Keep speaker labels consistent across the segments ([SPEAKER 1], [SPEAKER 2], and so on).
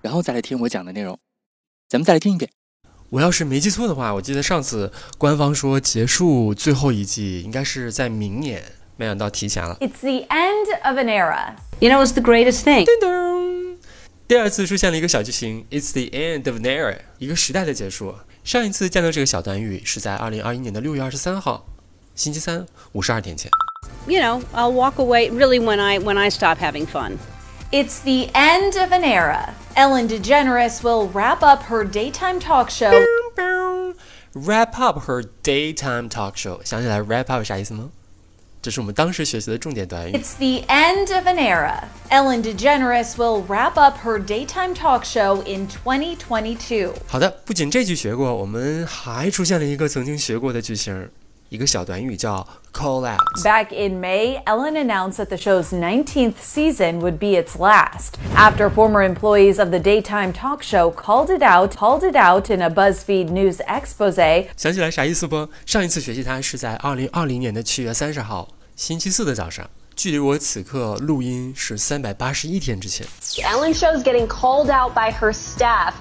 [SPEAKER 1] 然后再来听我讲的内容。咱们再来听一遍。
[SPEAKER 2] 我要是没记错的话，我记得上次官方说结束最后一季应该是在明年，没想到提前了。
[SPEAKER 3] It's the end of an era.
[SPEAKER 4] You know, it's the greatest thing.
[SPEAKER 2] 噔噔，第二次出现了一个小句型，It's the end of an era，一个时代的结束。上一次见到这个小短语是在二零二一年的六月二十三号，星期三，五十二天前。
[SPEAKER 4] You know, I'll walk away really when I when I stop having fun.
[SPEAKER 3] It's the end of an era. Ellen DeGeneres will wrap up her daytime talk show.
[SPEAKER 2] Wrap up her daytime talk show，想起来 wrap up 啥意思吗？这是我们当时学习的重点短语。
[SPEAKER 3] It's the end of an era. Ellen DeGeneres will wrap up her daytime talk show in 2022.
[SPEAKER 2] 好的，不仅这句学过，我们还出现了一个曾经学过的句型，一个小短语叫 call out。
[SPEAKER 3] Back in May, Ellen announced that the show's 19th season would be its last. After former employees of the daytime talk show called it out, called it out in a BuzzFeed News expose,
[SPEAKER 2] 想起来啥意思不？上一次学习它是在二零二零年的七月三十号，星期四的早上，距离我此刻录音是三百八十一天之前。
[SPEAKER 5] Ellen Show's getting called out by her staff.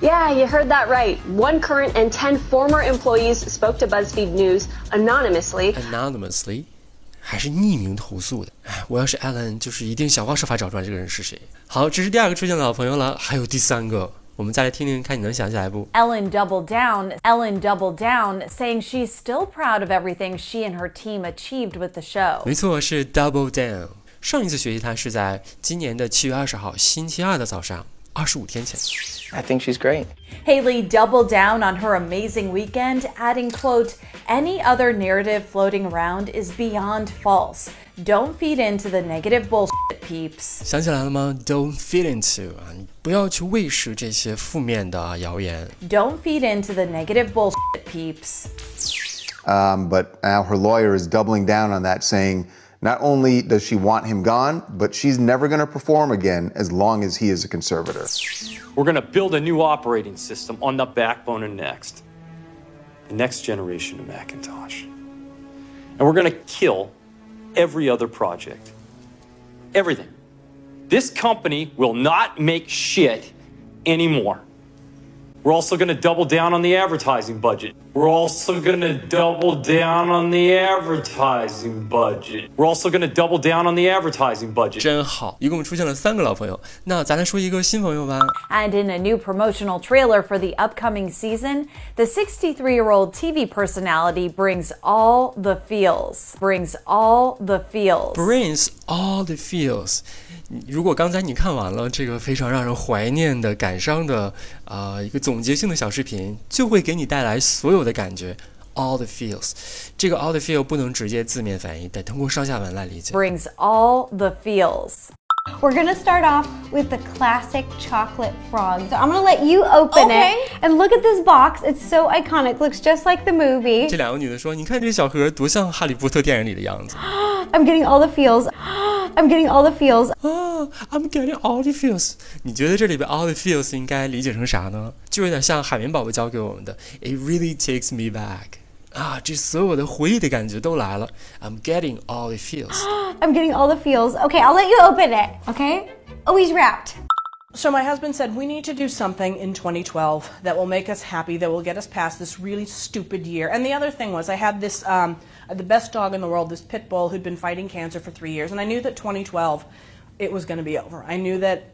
[SPEAKER 5] Yeah, you heard that right. One current and 10 former employees spoke to BuzzFeed News anonymously.
[SPEAKER 2] anonymously，还是匿名投诉的。哎，我要是 Alan，就是一定想方设法找出来这个人是谁。好，这是第二个出现的老朋友了，还有第三个，我们再来听听看你能想起来不？
[SPEAKER 3] Ellen doubled down. Ellen doubled down, saying she's still proud of everything she and her team achieved with the show.
[SPEAKER 2] 没错，是 Double Down。上一次学习它是在今年的七月二十号星期二的早上，二十五天前。
[SPEAKER 6] I think she's great.
[SPEAKER 3] Haley doubled down on her amazing weekend, adding, quote, any other narrative floating around is beyond false. Don't feed into the negative bullshit, peeps.
[SPEAKER 2] 想起来了吗？Don't feed into 啊，你不要去喂食这些负面的谣言。
[SPEAKER 3] Don't feed into the negative bullshit, peeps.
[SPEAKER 7] Um, but now her lawyer is doubling down on that, saying not only does she want him gone, but she's never going to perform again as long as he is a conservator.
[SPEAKER 8] We're going to build a new operating system on the backbone of Next, the next generation of Macintosh. And we're going to kill every other project. Everything. This company will not make shit anymore. We're also going to double down on the advertising budget. We're also going to double down on the advertising budget. We're also going to double down on the advertising budget.
[SPEAKER 2] 真好，一共出现了三个老朋友。那咱来说一个新朋友吧。
[SPEAKER 3] And in a new promotional trailer for the upcoming season, the 63 year old TV personality brings all the feels. Brings all the feels.
[SPEAKER 2] Brings all the feels。如果刚才你看完了这个非常让人怀念的、感伤的，呃，一个总结性的小视频，就会给你带来所有的感觉。All the feels，这个 all the feel 不能直接字面翻译，得通过上下文来理解。
[SPEAKER 3] brings all the feels.
[SPEAKER 9] We're gonna start off with the classic chocolate frog. So I'm gonna let you open
[SPEAKER 3] Okay.
[SPEAKER 9] it and look at this box. It's so iconic. Looks just like the movie.
[SPEAKER 2] 这两个女的说：“你看这小盒多像《哈利波特》电影里的样子
[SPEAKER 9] I'm getting all the feels. I'm getting all the feels.
[SPEAKER 2] 啊！”I'm getting all the feels。你觉得这里边 all the feels 应该理解成啥呢？就有点像海绵宝宝教给我们的，It really takes me back。啊，这所有的回忆的感觉都来了。I'm getting all the feels。
[SPEAKER 9] I'm getting all the feels. Okay, I'll let you open it. Okay. Oh, he's wrapped.
[SPEAKER 10] So my husband said we need to do something in 2012 that will make us happy, that will get us past this really stupid year. And the other thing was I had this um, the best dog in the world, this pit bull who'd been fighting cancer for three years, and I knew that 2012 it was going to be over. I knew that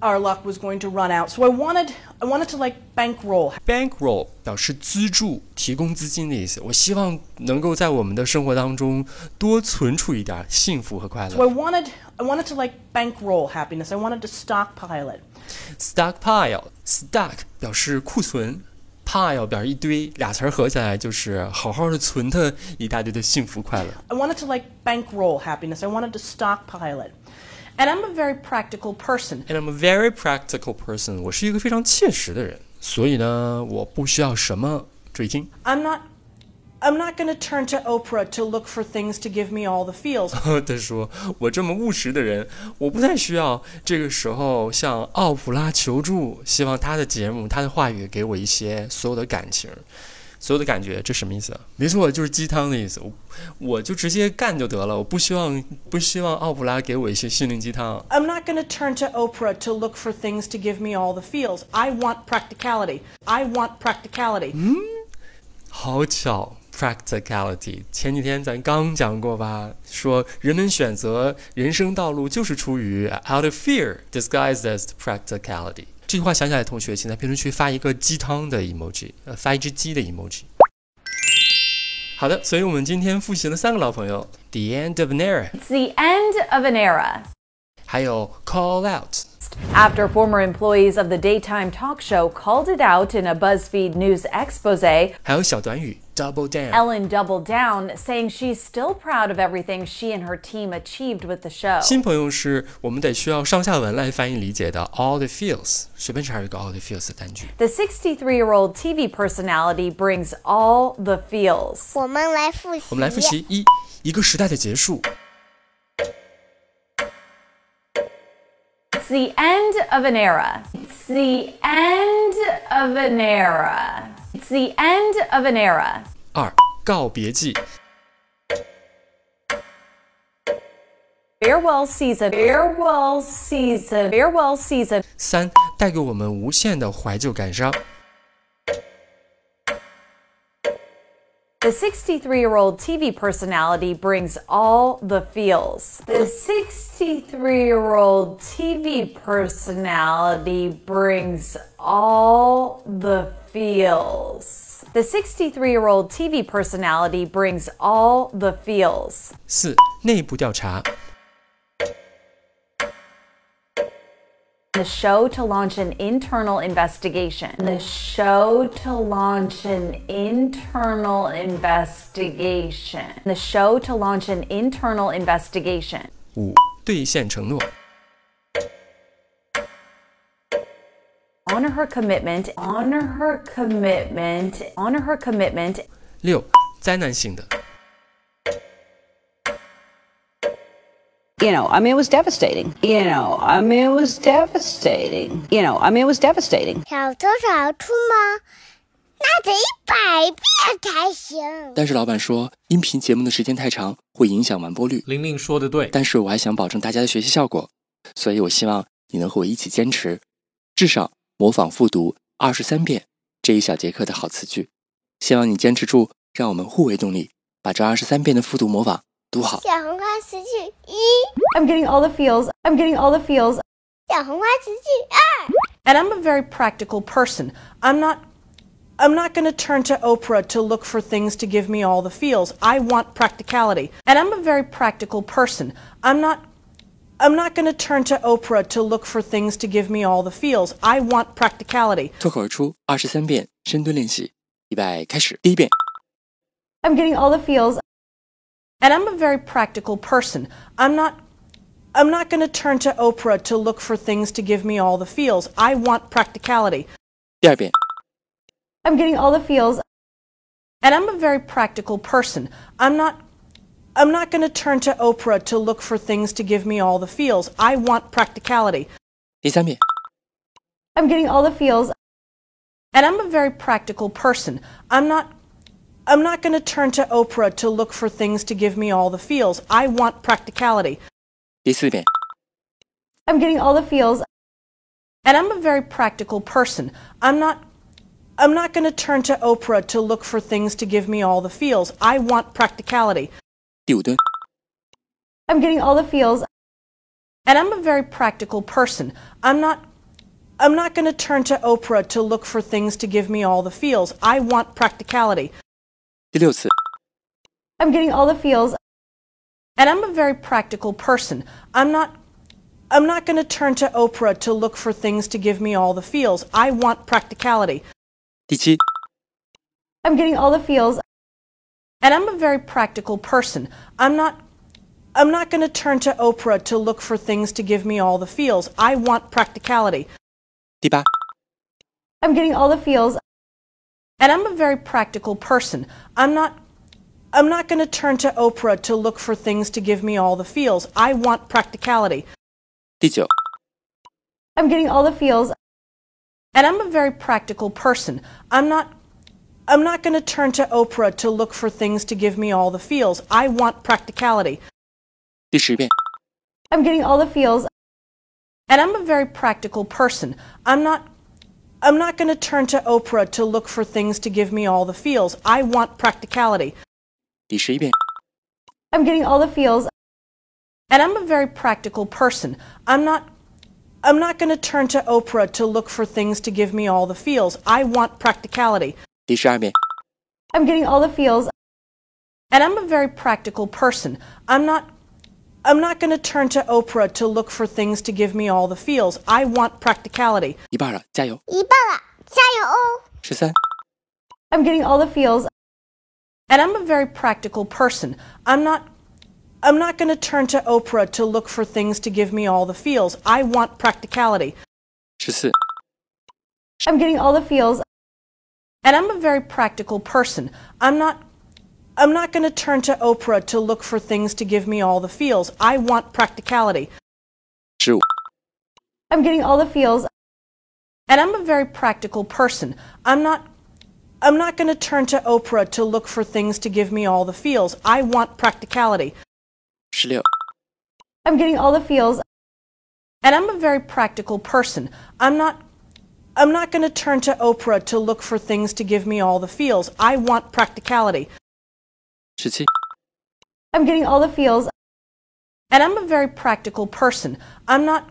[SPEAKER 10] our luck was going to run out. So I wanted I wanted to like bankroll
[SPEAKER 2] bankroll 表示资助、提供资金的意思。我希望能够在我们的生活当中多存储一点幸福和快
[SPEAKER 10] So I
[SPEAKER 2] 乐。
[SPEAKER 10] wanted I wanted to like bankroll happiness. I wanted to stockpile it.
[SPEAKER 2] stockpile stock 表示库存，pile 表示一堆，俩词儿合起来就是好好的存它一大堆的幸福快乐。
[SPEAKER 10] I wanted to like bankroll happiness. I wanted to stockpile it. And I'm a very practical person.
[SPEAKER 2] And I'm a very practical person. 我是一个非常切实的人，所以呢，我不需要什么追星。
[SPEAKER 10] I'm not I'm not going to turn to Oprah to look for things to give me all the feels.
[SPEAKER 2] 他说：“我这么务实的人，我不太需要这个时候向奥普拉求助，希望他的节目、他的话语给我一些所有的感情、所有的感觉。这什么意思啊？没错，就是鸡汤的意思。我我就直接干就得了，我不希望不希望奥普拉给我一些心灵鸡汤。
[SPEAKER 10] I'm not going to turn to Oprah to look for things to give me all the feels. I want practicality. I want practicality.
[SPEAKER 2] 好巧，practicality。前几天咱刚讲过吧，说人们选择人生道路就是出于 out of fear disguised as practicality。这句话想起来，同学请在评论区发一个鸡汤的 emoji，呃，发一只鸡的 emoji。好的，所以我们今天复习了三个老朋友，the end of an era，
[SPEAKER 3] It's the end of an era.
[SPEAKER 2] 还有 call out。
[SPEAKER 3] After former employees of the daytime talk show called it out in a BuzzFeed News expose,
[SPEAKER 2] 还有小短语 double down。
[SPEAKER 3] Ellen doubled down, saying she's still proud of everything she and her team achieved with the show.
[SPEAKER 2] 新朋友是我们得需要上下文来翻译理解的 all the feels，随便查一个 all the feels 的单句。
[SPEAKER 3] The 63 year old TV personality brings all the feels.
[SPEAKER 11] 我们来复习。
[SPEAKER 2] 我们来复习一一个时代的结束
[SPEAKER 3] It's the end of an era. It's the end of an era. It's the end of an era.
[SPEAKER 2] 二告别季
[SPEAKER 3] Farewell season. Farewell season. Farewell season.
[SPEAKER 2] 三带给我们无限的怀旧感伤
[SPEAKER 3] The 63 year old TV personality brings all the feels. The 63 year old TV personality brings all the feels. The 63 year old TV personality brings all the feels.
[SPEAKER 2] 四内部调查
[SPEAKER 3] The show to launch an internal investigation. The show to launch an internal investigation. The show to launch an internal investigation.
[SPEAKER 2] 五兑现承诺
[SPEAKER 3] Honor her commitment. Honor her commitment. Honor her commitment.
[SPEAKER 2] 六灾难性的
[SPEAKER 4] You know, I mean, it was devastating. You know, I mean, it was devastating. You know, I mean, it was devastating.
[SPEAKER 11] 小偷小出吗？那得一百遍才行。
[SPEAKER 1] 但是老板说，音频节目的时间太长，会影响完播率。
[SPEAKER 6] 玲玲说的对，
[SPEAKER 1] 但是我还想保证大家的学习效果，所以我希望你能和我一起坚持，至少模仿复读二十三遍这一小节课的好词句。希望你坚持住，让我们互为动力，把这二十三遍的复读模仿读好。
[SPEAKER 11] 小红花词句一，
[SPEAKER 9] I'm getting all the feels. I'm getting all the feels.
[SPEAKER 11] 小红花词句二，
[SPEAKER 10] And I'm a very practical person. I'm not I'm not going to turn to Oprah to look for things to give me all the feels. I want practicality. And I'm a very practical person. I'm not I'm not going to turn to Oprah to look for things to give me all the feels. I want practicality.
[SPEAKER 1] 脱口而出二十三遍深蹲练习，预备开始。第一遍，
[SPEAKER 9] I'm getting all the feels.
[SPEAKER 10] And I'm a very practical person. I'm not I'm not going to turn to Oprah to look for things to give me all the feels. I want practicality.
[SPEAKER 1] 第二遍，
[SPEAKER 9] I'm getting all the feels.
[SPEAKER 10] And I'm a very practical person. I'm not I'm not going to turn to Oprah to look for things to give me all the feels. I want practicality.
[SPEAKER 1] 第三遍，
[SPEAKER 9] I'm getting all the feels.
[SPEAKER 10] And I'm a very practical person. I'm not I'm not going to turn to Oprah to look for things to give me all the feels. I want practicality.
[SPEAKER 1] 第四遍，
[SPEAKER 9] I'm getting all the feels.
[SPEAKER 10] And I'm a very practical person. I'm not I'm not going to turn to Oprah to look for things to give me all the feels. I want practicality.
[SPEAKER 1] 第五蹲，
[SPEAKER 9] I'm getting all the feels.
[SPEAKER 10] And I'm a very practical person. I'm not I'm not going to turn to Oprah to look for things to give me all the feels. I want practicality.
[SPEAKER 1] 第六次，
[SPEAKER 9] I'm getting all the feels.
[SPEAKER 10] And I'm a very practical person. I'm not I'm not going to turn to Oprah to look for things to give me all the feels. I want practicality.
[SPEAKER 1] 第七，
[SPEAKER 9] I'm getting all the feels.
[SPEAKER 10] And I'm a very practical person. I'm not
[SPEAKER 7] I'm not going to turn to Oprah to look for things to give me all the feels. I want practicality.
[SPEAKER 1] I'm getting all the feels.
[SPEAKER 7] And I'm a very practical person. I'm not I'm not going to turn to Oprah to look for things to give me all the feels. I want practicality.
[SPEAKER 2] 第九、
[SPEAKER 1] I'm getting all the feels.
[SPEAKER 7] And I'm a very practical person. I'm not I'm not going to turn to Oprah to look for things to give me all the feels. I want practicality.
[SPEAKER 2] 第十遍、
[SPEAKER 1] I'm getting all the feels.
[SPEAKER 7] And I'm a very practical person. I'm not I'm not going to turn to Oprah to look for things to give me all the feels. I want practicality.
[SPEAKER 2] 第十一遍、
[SPEAKER 1] I'm getting all the feels.
[SPEAKER 7] And I'm a very practical person. I'm not I'm not going to turn to Oprah to look for things to give me all the feels. I want practicality.
[SPEAKER 2] 第十二遍、
[SPEAKER 1] I'm getting all the feels.
[SPEAKER 7] And I'm a very practical person. I'm not I'm not going to turn to Oprah to look for things to give me all the feels. I want practicality.
[SPEAKER 2] 一半了，加油！
[SPEAKER 11] 一半了，加油哦！
[SPEAKER 2] 十三、
[SPEAKER 1] I'm getting all the feels.
[SPEAKER 7] And I'm a very practical person. I'm not I'm not going to turn to Oprah to look for things to give me all the feels. I want practicality.
[SPEAKER 2] 十四、
[SPEAKER 1] I'm getting all the feels.
[SPEAKER 7] And I'm a very practical person. I'm not I'm not going to turn to Oprah to look for things to give me all the feels. I want practicality.
[SPEAKER 2] 十五、
[SPEAKER 1] I'm getting all the feels.
[SPEAKER 7] And I'm a very practical person. I'm not I'm not going to turn to Oprah to look for things to give me all the feels. I want practicality.
[SPEAKER 2] 十六、
[SPEAKER 1] I'm getting all the feels.
[SPEAKER 7] And I'm a very practical person. I'm not I'm not going to turn to Oprah to look for things to give me all the feels. I want practicality.
[SPEAKER 2] 十七、
[SPEAKER 1] I'm getting all the feels.
[SPEAKER 7] And I'm a very practical person. I'm not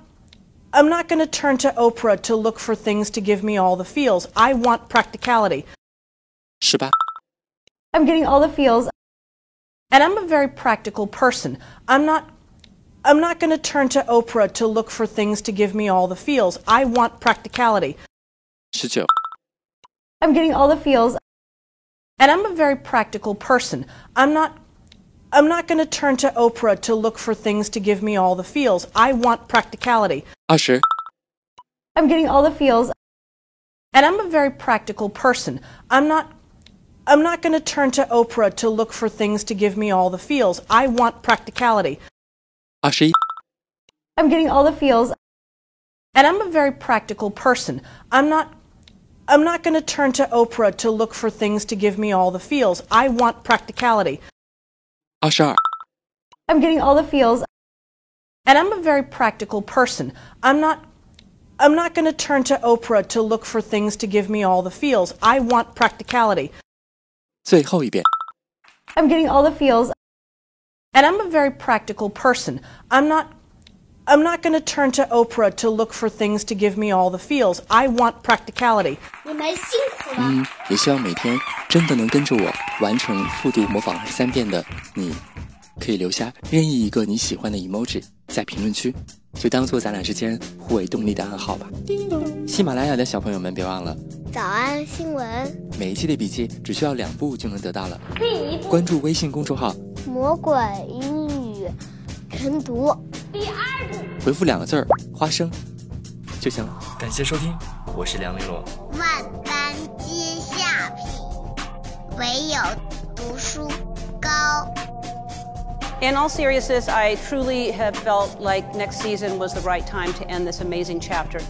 [SPEAKER 7] I'm not going to turn to Oprah to look for things to give me all the feels. I want practicality.
[SPEAKER 2] 十八、
[SPEAKER 1] I'm getting all the feels.
[SPEAKER 7] And I'm a very practical person. I'm not I'm not going to turn to Oprah to look for things to give me all the feels. I want practicality.
[SPEAKER 2] 十九、
[SPEAKER 1] I'm getting all the feels.
[SPEAKER 7] And I'm a very practical person. I'm not I'm not going to turn to Oprah to look for things to give me all the feels. I want practicality.
[SPEAKER 2] 二十、
[SPEAKER 1] I'm getting all the feels.
[SPEAKER 7] And I'm a very practical person. I'm not I'm not going to turn to Oprah to look for things to give me all the feels. I want practicality.
[SPEAKER 2] 二十一、
[SPEAKER 1] I'm getting all the feels.
[SPEAKER 7] And I'm a very practical person. I'm not I'm not going to turn to Oprah to look for things to give me all the feels. I want practicality.
[SPEAKER 2] 二十二、
[SPEAKER 1] I'm getting all the feels.
[SPEAKER 7] And I'm a very practical person. I'm not I'm not going to turn to Oprah to look for things to give me all the feels. I want practicality.
[SPEAKER 2] 最后一遍。
[SPEAKER 1] I'm getting all the feels.
[SPEAKER 7] And I'm a very practical person. I'm not I'm not going to turn to Oprah to look for things to give me all the feels. I want practicality.
[SPEAKER 11] 你们辛苦了。
[SPEAKER 2] 嗯，也希望每天真的能跟着我完成复读模仿二十三遍的你，可以留下任意一个你喜欢的 emoji 在评论区，就当做咱俩之间互为动力的暗号吧。喜马拉雅的小朋友们，别忘了
[SPEAKER 12] 早安新闻，
[SPEAKER 2] 每一期的笔记只需要两步就能得到了。
[SPEAKER 13] 嗯
[SPEAKER 14] 第一步，
[SPEAKER 2] 关注微信公众号，
[SPEAKER 12] 魔鬼英语晨读。
[SPEAKER 14] 第二步。
[SPEAKER 2] 回复两个字儿“花生”就行了。感谢收听，我是梁玲珑。
[SPEAKER 11] 万般皆下品，唯有读书高。
[SPEAKER 10] In all seriousness, I truly have felt like next season was the right time to end this amazing chapter.